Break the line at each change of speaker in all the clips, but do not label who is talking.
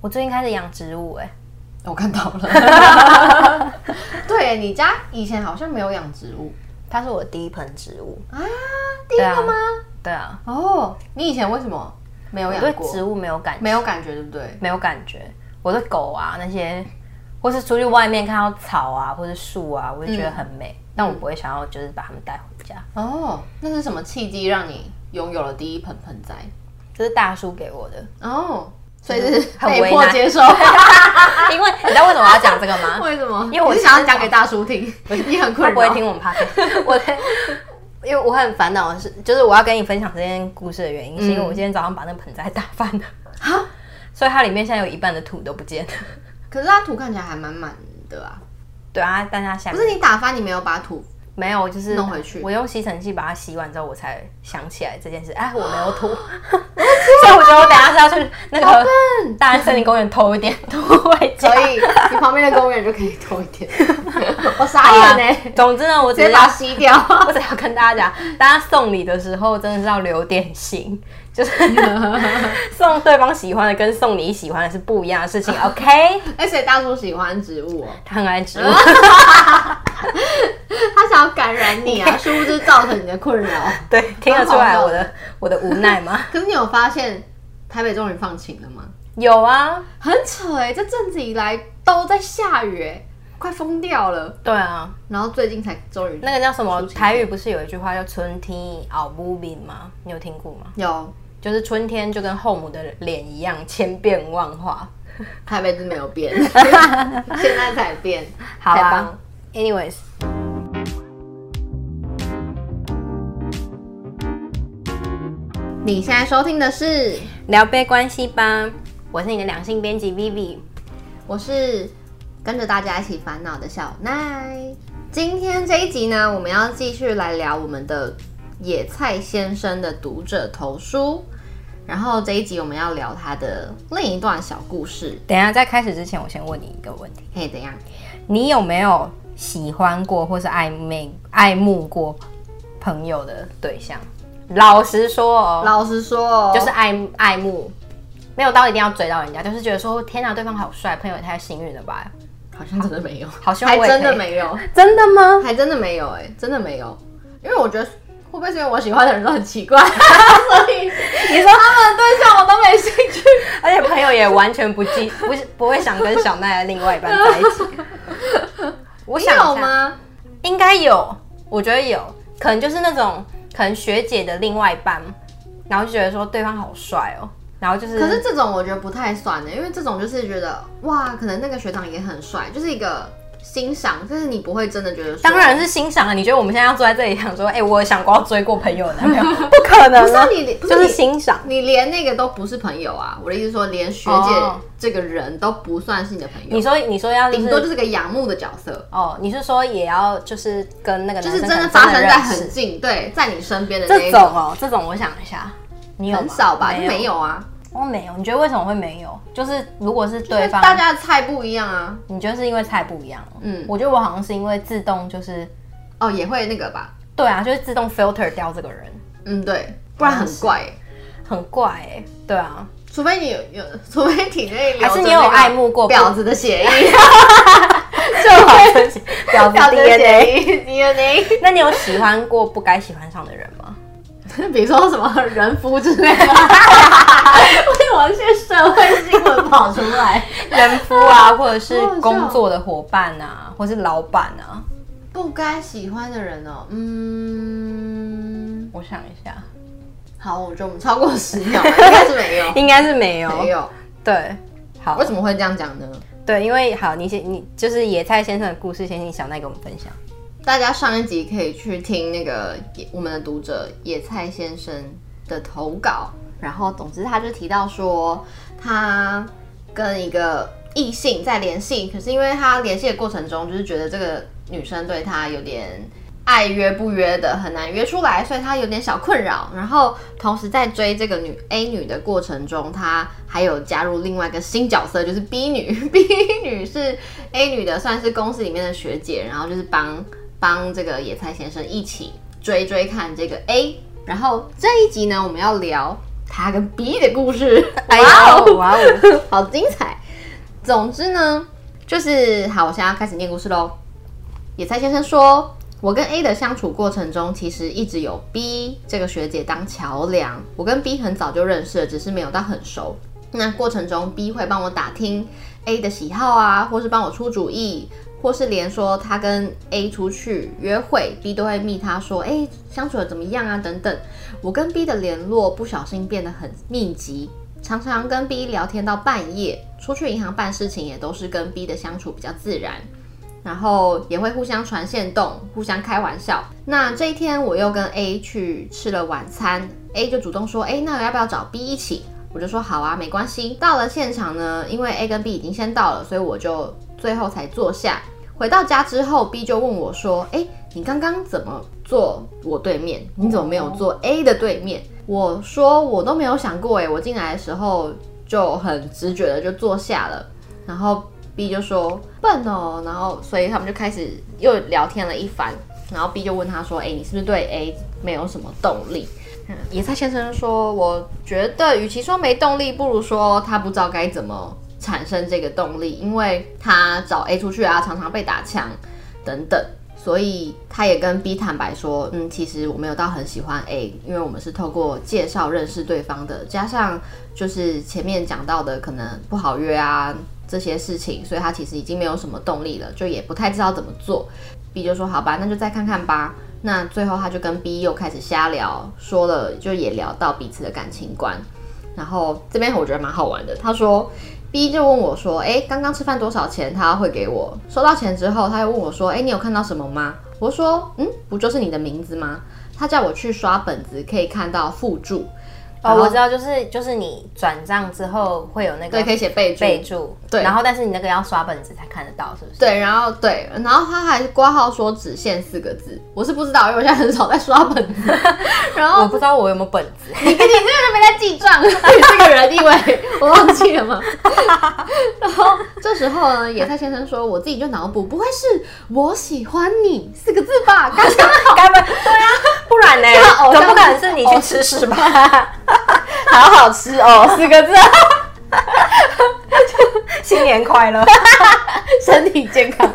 我最近开始养植物、哎，
我看到 了。对你家以前好像没有养植物
它是我第一盆植物。
啊？第一
对啊
个吗？
对啊，
哦，你以前为什么没有
我
养
对
过？
植物没有感
没有感觉，对不对？
没有感觉。我对狗啊那些，或是出去外面看到草啊或是树啊，我就觉得很美，但我不会想要就是把它们带回家。
哦，那是什么契机让你拥有了第一盆盆栽？
这是大叔给我的，
哦，所以是
很为
被迫
难
接受。
因为你知道为什 么我要讲这个吗？
为什么？
因为我
你是想要讲给大叔听，你很
他
困
不会
扰。
听我们 p o 我在，因为我很烦恼的是，嗯就是我要跟你分享这件故事的原因，是因为我今天早上把那个盆栽打翻了，
啊
所以它里面现在有一半的土都不见了。
可是它土看起来还蛮满的啊。
对啊，但它下
不
面
是你打翻，你没有把 土
没有，就是
弄回去
我用吸尘器把它吸完之后，我才想起来这件事。哎，我 没有土，
啊
所以我觉得我等一下是要去那个大安森林公园偷一点土回家。
所以你旁边的公园就可以多一 点。我
好
傻
啦
眼欸呢，
哎总之呢，我
直
只是
接
要
把它吸掉。
我只要跟大家讲，大家送礼的时候真的是要留点心， 就是送对方喜欢的跟送你喜欢的是不一样的事 情。OK，
哎，所以大叔喜欢植物哦，
他很爱 植物，
他想要感染你 啊，殊不知造成你的困扰。
对，听得出来
好好
我的我的无奈吗？
可是你有发现台北终于放晴了吗？
有啊，
很扯哎、这阵子以来都在下雨哎、快疯掉了。
对啊，
然后最近才终于
那个叫什么
抒情
台语不是有一句话叫“春天熬不冰”吗？你有听过吗？
有
就是春天就跟后母的脸一样，千变万化。
台北是没有 变，现在才变。
好
太
啦
棒
，anyways，
你现在收听的是，
聊杯关系吧。我是你的良性编辑 Vivi，
我是跟着大家一起烦恼的小奈。今天这一集呢，我们要继续来聊我们的野菜先生的读者投书。然后这一集我们要聊他的另一段小故事。
等一下在开始之前，我先问你一个问题：
嘿，怎样？
你有没有喜欢过或是暧昧、爱慕过朋友的对象？老实说哦，
老实说哦，
就是爱爱慕，没有到一定要追到人家，就是觉得说天啊哪，对方好帅，朋友也太幸运了吧？
好像真的没有，
好像
还
我也
真的
可以
没有，
真的吗？
还真的没有、哎，真的没 有，因为我觉得会不会是因为我喜欢的人都很 奇怪，所以
你说，
他们的对象我都没兴趣。
而且朋友也完全不记，不是不会想跟小奈的另外一半在一起。 我
你
想一下
有？吗？
应该有，我觉得有，可能就是那种可能学姐的另外一半，然后就觉得说对方好帅哦，然后就是
可是这种我觉得不太算的、因为这种就是觉得哇，可能那个学长也很帅，就是一个欣赏，但是你不会真的觉得说。
当然是欣赏啊！你觉得我们现在要坐在这里想说，哎、我有想过要追过朋友的男朋 友，不可能
不是
啊
啊！你，不是
就
你
是欣赏。
你连那个都不是朋友啊！我的意思说，连学
哦
姐这个人都不算是你的朋友，
你说，你说要就
顶多
是
就是个仰慕的角色，
哦，你是说也要就是跟那个男
就
生
是真的
可能
发生在
认识
很近，对，在你身边的那
这
一
种哦，这种我想一下，你有吗
很少吧，就
没
没
有，
有啊。
我没有。你觉得为什么会没有？就是如果是
因
对
为
方，
大家的菜不一样啊，
你觉得是因为菜不一样？嗯
嗯，
我觉得我好像是因为自动就是
哦，也会那个吧，
对啊，就是自动 filter 掉这个人，
嗯，对，不然
好像
很
是
怪欸、
很怪哎、对 啊，
除非你有有，除非体内流
还是
着
你有
那个
爱慕过
婊子的血液，
就好生气， 婊
婊
子
子
DNA。
的血液 DNA，
那你有喜欢过不该喜欢上的人吗？
比如说什么人夫之类 的，为什么一些社会新闻跑 出来？
人夫 啊，或者是
好好笑
工作的伙伴啊，或是老板啊？
不该喜欢的人哦，嗯，
我想一下，
好，我觉得我们超过十秒了，应该是 没有，
应该是没有。
没有，
对，好
为，什么会这样讲呢？
对，因为好，你先，你就是野菜先生的故事，先请小奈给我们分享。
大家上一集可以去听那个野我们的读者野菜先生的投稿，然后总之他就提到说，他跟一个异性在联系，可是因为他联系的过程中，就是觉得这个女生对他有点爱约不约的，很难约出来，所以他有点小困扰。然后同时在追这个女 A 女的过程中，他还有加入另外一个新角色，就是 B 女。B 女是 A 女的，算是公司里面的学姐，然后就是帮帮这个野菜先生一起追追看这个 A。然后这一集呢，我们要聊他跟 B 的故事。
哎呀 哇哦！
好精彩！总之呢，就是好，我现在要开始念故事喽。野菜先生说，我跟 A 的相处过程中，其实一直有 B 这个学姐当桥梁。我跟 B 很早就认识了，只是没有到很熟。那过程中，B 会帮我打听 A 的喜好啊，或是帮我出主意，或是连说他跟 A 出去约会，B 都会密他说，哎、相处的怎么样啊，等等。我跟 B 的联络不小心变得很密集，常常跟 B 聊天到半夜，出去银行办事情也都是跟 B 的相处比较自然，然后也会互相传线动，互相开玩笑。那这一天我又跟 A 去吃了晚餐，A 就主动说，哎，那要不要找 B 一起？我就说好啊，没关系。到了现场呢，因为 A 跟 B 已经先到了，所以我就最后才坐下。回到家之后，B 就问我说：“哎、你刚刚怎么坐我对面？你怎么没有坐 A 的对面？”我说：“我都没有想过、哎，我进来的时候就很直觉的就坐下了。”然后 B 就说：“笨哦。”然后所以他们就开始又聊天了一番。然后 B 就问他说：“哎、你是不是对 A 没有什么动力？”嗯野菜先生说：“我觉得，与其说没动力，不如说他不知道该怎么产生这个动力，因为他找 A 出去啊，常常被打枪等等，所以他也跟 B 坦白说，嗯，其实我没有到很喜欢 A，因为我们是透过介绍认识对方的，加上就是前面讲到的可能不好约啊这些事情，所以他其实已经没有什么动力了，就也不太知道怎么做。B 就说好吧，那就再看看吧。那最后他就跟 B 又开始瞎聊，说了就也聊到彼此的感情观。然后这边我觉得蛮好玩的，他说 B 就问我说，诶，刚刚吃饭多少钱？他会给我。收到钱之后，他又问我说，诶，你有看到什么吗？我说，嗯，不就是你的名字吗？他叫我去刷本子，可以看到附注，
哦，我知道，就是就是你转账之后会有那个
对，可以写备注，
备注，
对
然后但是你那个要刷本子才看得到，是不是？
对，然后对，然后他还挂号说只限四个字，我是不知道，因为我现在很少在刷本 子。然后
我不知道我有没有本子，
你你这个人没在记账，你这个人因为我忘记 了吗？然后这时候呢，野菜先生说，我自己就脑补，不会是我喜欢你四个字吧？刚刚
该不对啊，不然呢
啊偶？像
总不可能是你去吃屎吧？
好好吃哦， 四个字，
新年快 乐，
身体健康。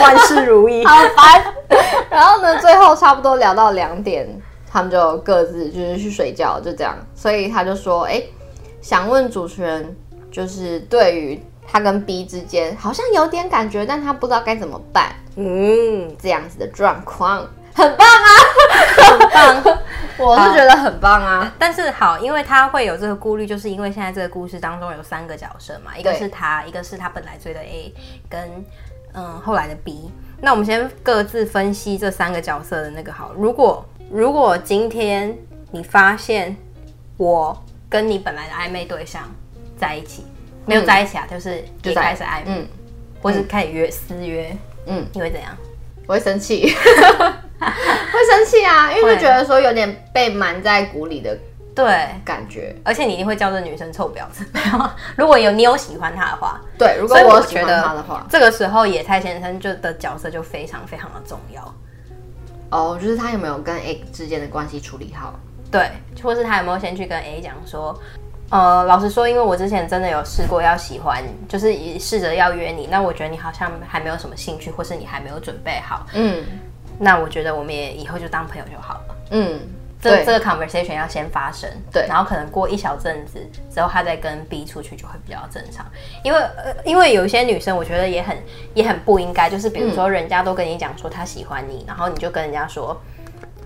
万事如意。
好烦。 然后呢，最后差不多聊到两点，他们就各自就是去睡觉，就这样。所以他就说：“哎、想问主持人，就是对于他跟 B 之间好像有点感觉，但他不知道该怎么办，
嗯，
这样子的状况，很棒啊，很棒，我是觉得很棒啊。
但是好，因为他会有这个顾虑，就是因为现在这个故事当中有三个角色嘛，一个是他，一个是他本来追的 A，跟嗯后来的 B。那我们先各自分析这三个角色的那个好。如果如果今天你发现我跟你本来的暧昧对象在一起，没有在一起啊，就是一开始暧昧，
嗯
或是开始约私约，
嗯，
你会怎样？
我会生气， 会生气啊，因为就觉得说有点被瞒在鼓里的
对，
感觉。
而且你一定会叫这女生臭婊子。没有，如果有你有喜欢她的话，
对，如果
所以
我
我
喜
觉
欢
得
他的话，
这个时候野菜先生就的角色就非常非常的重要。
哦，就是他有没有跟 A 之间的关系处理好？
对，或是他有没有先去跟 A 讲说，呃，老实说，因为我之前真的有试过要喜欢，就是也试着要约你，那我觉得你好像还没有什么兴趣，或是你还没有准备好，
嗯
那我觉得我们也以后就当朋友就好了。
嗯，
这
对
这个 conversation 要先发生，
对
然后可能过一小阵子之后，他再跟 B 出去就会比较正常，因为呃，因为有一些女生我觉得也很也很不应该，就是比如说
嗯
人家都跟你讲说她喜欢你，然后你就跟人家说，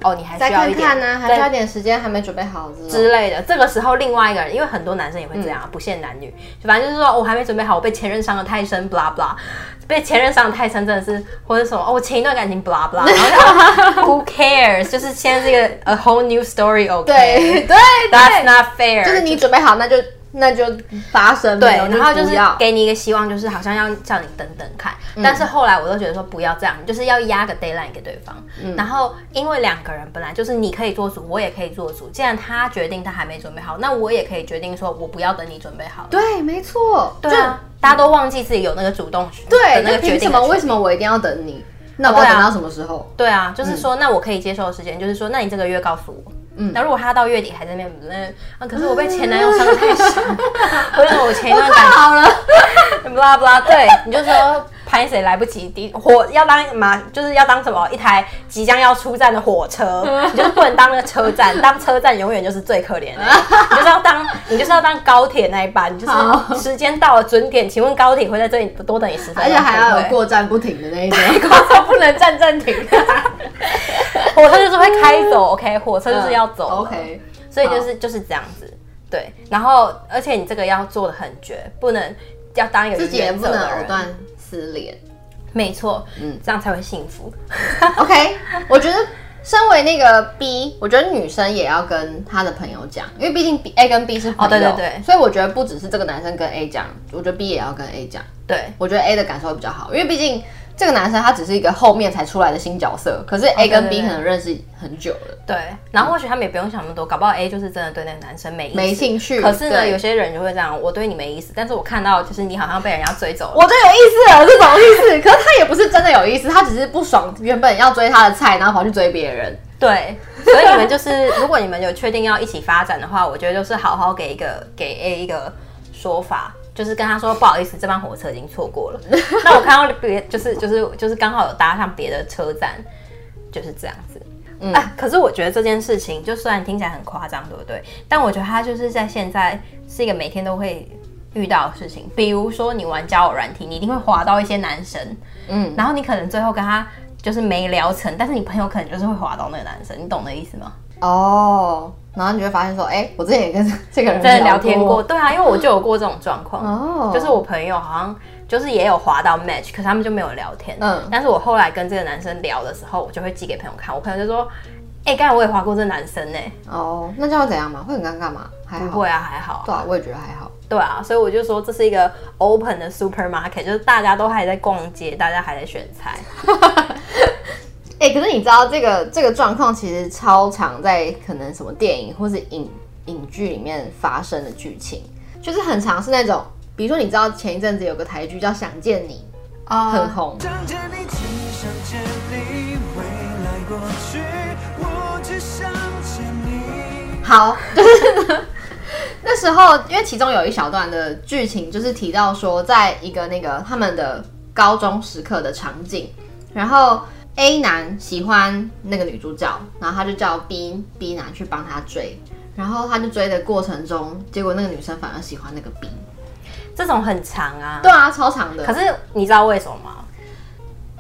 哦，你还
再
需要
看
一
看
点
呢、还
对
需要点时间，还没准备好这种。
之类的。这个时候，另外一个人，因为很多男生也会这
嗯
样啊，不限男女，就反正就是说、哦我还没准备好，我被前任伤的太深，blah blah，被前任伤的太深，真的是或者什么哦，我前一段感情 blah blah，然后就 who cares，就是现在是一个 a whole new story，OK，、
对对
，that's
对，
not fair，
就是你准备好，那就那就发生。
对，
没有
然后就
不
是嗯
要
给你一个希望，就是好像要叫你等等看。但是后来我都觉得说不要这样，就是要压个 deadline 给对方。然后因为两个人本来就是你可以做主，我也可以做主。既然他决定他还没准备好，那我也可以决定说我不要等你准备好。
对，没错，
对啊，大家都忘记自己有那个主动权，有
对，
那
就
个决
凭什
定
么？
的权
为什么我一定要等你？那
哦
我要
对啊
等到什么时候？
对啊，就是说，那我可以接受的时间，就是说，那你这个月告诉我，嗯，那如果他到月底还在那边，嗯，啊，可是我被前男友伤得太深， 或者我前一段感
好了，
情，拉不拉，对，你就说拍谁来不及，的火要当马，就是要当什么一台即将要出站的火 车，你就是不能当那个车站，当车站永远就是最可怜的， 你就是要当，你就是要当高铁那一班，你就
好
是时间到了准点，请问高铁会在这里多等你十分钟，
而且还
对
要
不
有
对
过站不停的那一种。
火车不能站暂 停，火车就是会开走，OK，火车 就是要走了
嗯 OK，
所以就是就是这样子，对。然后而且你这个要做的很绝，不能要当一个
自
有
己也
原
不
则
能
的
藕
人，
断丝连。
没错，
嗯
嗯，这样才会幸福。
OK，我觉得身为那个 B，我觉得女生也要跟她的朋友讲，因为毕竟 B A 跟 B 是朋友，
哦对对对
所以我觉得不只是这个男生跟 A 讲，我觉得 B 也要跟 A 讲，
对，
我觉得 A 的感受会比较好，因为毕竟这个男生他只是一个后面才出来的新角色，可是 A
对
跟 B
对
可
对
能认识很久了，
对，然后或许他们也不用想那么多，搞不好 A 就是真的对那个男生没意思。
没兴趣。
可是呢，
对
有些人就会这样，我对你没意思，但是我看到就是你好像被人家追走了，
我就有意思啊了，这种意思。可是他也不是真的有意思，他只是不爽原本要追他的菜，然后跑去追别人。
对，所以你们就是，如果你们有确定要一起发展的话，我觉得就是好好给一个 给 A 一个说法，就是跟他说不好意思，这班火车已经错过了。那我看到别就是就是就是刚好有搭上别的车站，就是这样子。
嗯
啊，可是我觉得这件事情，就虽然听起来很夸张，对不对？但我觉得它就是在现在是一个每天都会遇到的事情。比如说你玩交友软体，你一定会滑到一些男生，
嗯，
然后你可能最后跟他就是没聊成，但是你朋友可能就是会滑到那个男生，你懂的意思吗？
哦，然后你就会发现说，哎、我之前也跟这个人
真的聊天过，。对啊，因为我就有过这种状况，
哦，
就是我朋友好像就是也有滑到 match，可是他们就没有聊天。
嗯
嗯，但是我后来跟这个男生聊的时候，我就会寄给朋友看，我朋友就说。哎、刚才我也滑过这男生呢、
哦，那这样会怎样嘛？会很尴尬吗？还好，
不会啊，还好，
对啊，我也觉得还好。
对啊，所以我就说这是一个 open 的 supermarket，就是大家都还在逛街，大家还在选菜，
哎、可是你知道这个这个状况其实超常在可能什么电影或是影影剧里面发生的剧情，就是很常是那种，比如说你知道前一阵子有个台剧叫《想见你》，
啊
很红，
想见你，只想见你，未来过去，我只想见你。
好，就是呢那时候，因为其中有一小段的剧情就是提到说，在一个那个他们的高中时刻的场景，然后 A 男喜欢那个女主角，然后他就叫 B B 男去帮他追，然后他就追的过程中，结果那个女生反而喜欢那个 B。
这种很长啊。
对啊，超长的，
可是你知道为什么吗？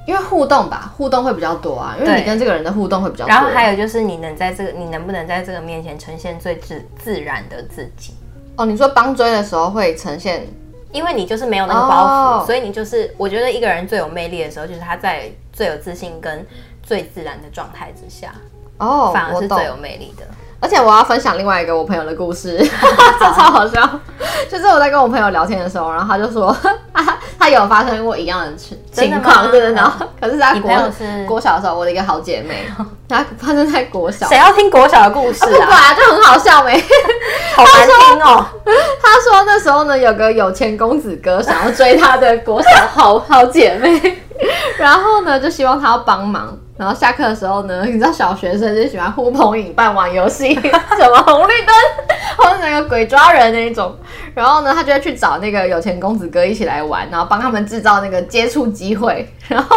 因为互动吧，互动会比较多啊，因为
对
你跟这个人的互动会比较多。
然后还有就是，你能在这个，你能不能在这个面前呈现最自自然的自己？
哦，你说帮追的时候会呈现
因为你就是没有那个包袱
哦
所以你就是，我觉得一个人最有魅力的时候，就是他在最有自信跟最自然的状态之下，
哦，
反而
我
是
懂
最有魅力的。
而且我要分享另外一个我朋友的 故事，这超好笑。就是我在跟我朋友聊天的时候，然后他就说， 啊、他有发生过一样的情
真的
情
吗
况，对对。然后可是在
你
国
朋友是
国小的时候，我的一个好姐 妹，她发生在国小，
谁要听国小的故事
不
啊？
管、啊、就很好笑没？
好难听哦！
她说那时候呢，有个有钱公子哥想要追她的国小好好姐妹， 然后呢就希望她要帮忙。然后下课的时候呢，你知道小学生就喜欢呼朋引伴玩游戏， 什么红绿灯， 或者那个鬼抓人那一种。然后呢，他就会去找那个有钱公子哥一起来玩，然后帮他们制造那个接触机会。然后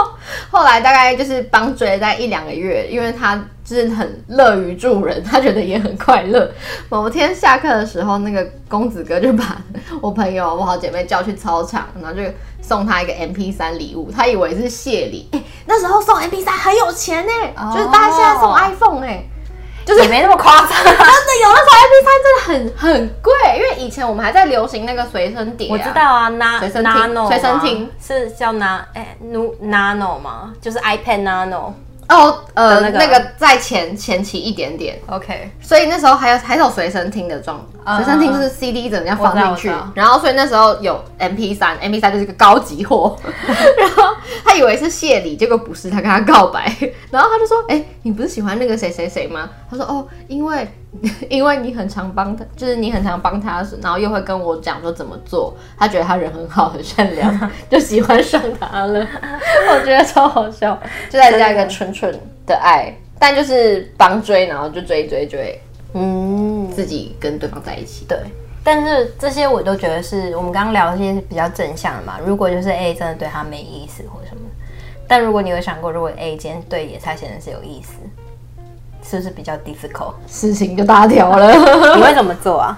后来大概就是帮追了大概一两个月，因为他就是很乐于助人，他觉得也很快乐。某天下课的时候，那个公子哥就把我朋友、我好姐妹叫去操场，然后就送她一个 MP 三礼物，他以为是谢礼。哎、那时候送 MP 三很有钱呢、
哦
就是大家现在送 iPhone 哎、
就是也没那么夸
真
张，
的有那时候 MP 三真的很很贵，因为以前我们还在流行那个随身碟、啊，
我知道啊，na
随身听
nano 吗
随身听
是叫 na 哎、nu nano 吗？就是 iPad nano。
哦，呃，那
的那
个、
个
在前前期一点点，
OK，
所以那时候还有还有随身听的状，
嗯
随身听就是 CD 整个要放进去
我知道我知道，
然后所以那时候有 MP 三，MP 三就是个高级 货，然后他以为是谢礼，结果不是，他跟他告白，然后他就说，哎、你不是喜欢那个谁谁谁吗？他说，哦，因为 因为你很常帮他，就是你很常帮他，然后又会跟我讲说怎么做，他觉得他人很好，很 善良，就喜欢上他了， 我觉得超好笑，就在这样一个纯纯的爱。但就是帮追，然后就追追追，
嗯，
自己跟对方在一起。
对。但是这些我都觉得是我们刚刚聊的这些比较正向的嘛。如果就是 A 真的对他没意思或什么，但如果你有想过，如果 A 今天对野菜先生是有意思，是不是比较 difficult？
事情就大条了。
你会怎么做啊？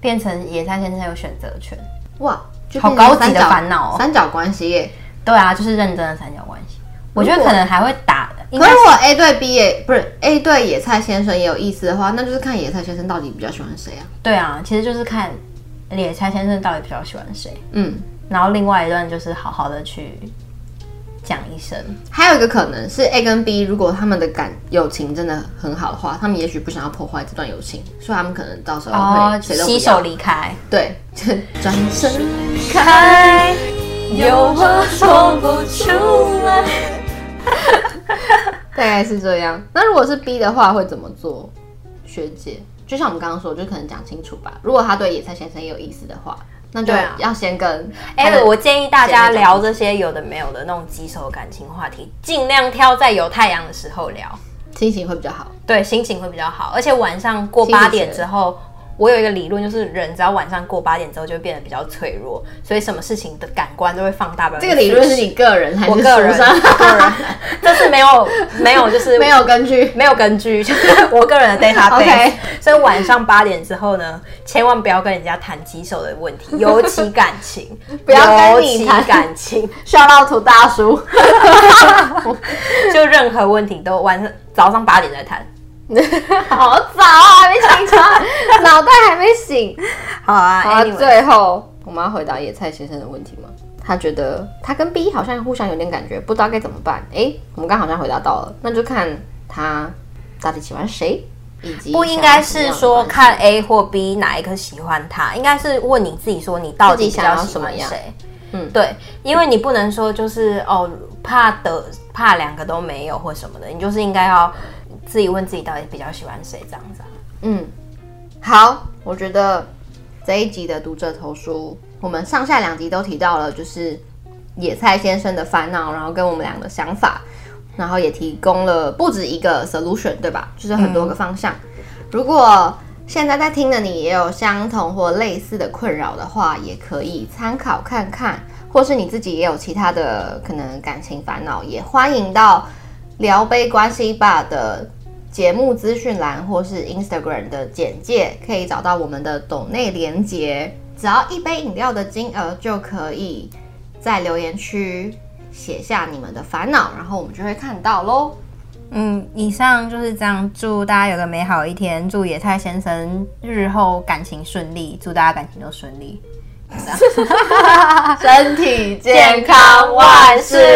变成野菜先生有选择权？
哇，就
好
变成
高级的
三角
烦恼哦
三角关系耶。
对啊，就是认真的三角关系。我觉得
如果
可能还会打，应
可
该
是
是
我 A 对 B 也不是 A 对野菜先生也有意思的话，那就是看野菜先生到底比较喜欢谁啊？
对啊，其实就是看野菜先生到底比较喜欢谁，
嗯，
然后另外一段就是好好的去讲一声。
还有一个可能是 A 跟 B 如果他们的感友情真的很好的话，他们也许不想要破坏这段友情，所以他们可能到时候会谁都
哦
不
洗
要
手离开。
对， 就转身
开，有话说不出来。
大概是这样。那如果是 B 的话，会怎么做？学姐，就像我们刚刚说，就可能讲清楚吧。如果他对野菜先生也有意思的话，那就
对啊
要先跟
哎、
他的
我建议大家聊这些有的没有的那种棘手的感情话题，尽量挑在有太阳的时候聊，
心情会比较好。
对，心情会比较好。而且晚上过
心理学
八点之后，我有一个理论，就是人只要晚上过八点之后，就会变得比较脆弱，所以什么事情的感官都会放大。
这个理论是 你个人还是
我个人，
书上
我个人，这是没有没有就是
没有根据？
没有根据， 就是我个人的 database。
OK
所以晚上八点之后呢，千万不要跟人家谈棘手的问题，尤其感情，
不要
尤
跟
其
你谈
感情，
笑到涂大叔，
就任何问题都晚上早上八点再谈。
好早啊，还没起 床，脑袋还没醒。
好啊
好啊，
，anyway，
最后我们要回答野菜先生的问题吗？他觉得他跟 B 好像互相有点感觉，不知道该怎么办。诶，我们刚好像回答到了，那就看他到底喜欢谁，以及
不应该
想要
是
什么样的
说
关系
看 A 或 B 哪一个喜欢他，应该是问你自己说你到底比较
自己
喜
想要
欢
什么样
谁。
嗯
对，因为你不能说就是哦怕得怕两个都没有或什么的，你就是应该要自己问自己到底比较喜欢谁这样子啊、
嗯，好，我觉得这一集的读者投书，我们上下两集都提到了，就是野菜先生的烦恼，然后跟我们俩的想法，然后也提供了不止一个 solution，对吧？就是很多个方向。如果现在在听的你也有相同或类似的困扰的话，也可以参考看看，或是你自己也有其他的可能感情烦恼，也欢迎到聊杯关系吧的节目资讯栏或是 Instagram 的简介，可以找到我们的抖内连结，只要一杯饮料的金额就可以在留言区写下你们的烦恼，然后我们就会看到喽。
嗯，以上就是这样。祝大家有个美好一天，祝野菜先生日后感情顺利，祝大家感情都顺利。
身体
健康万事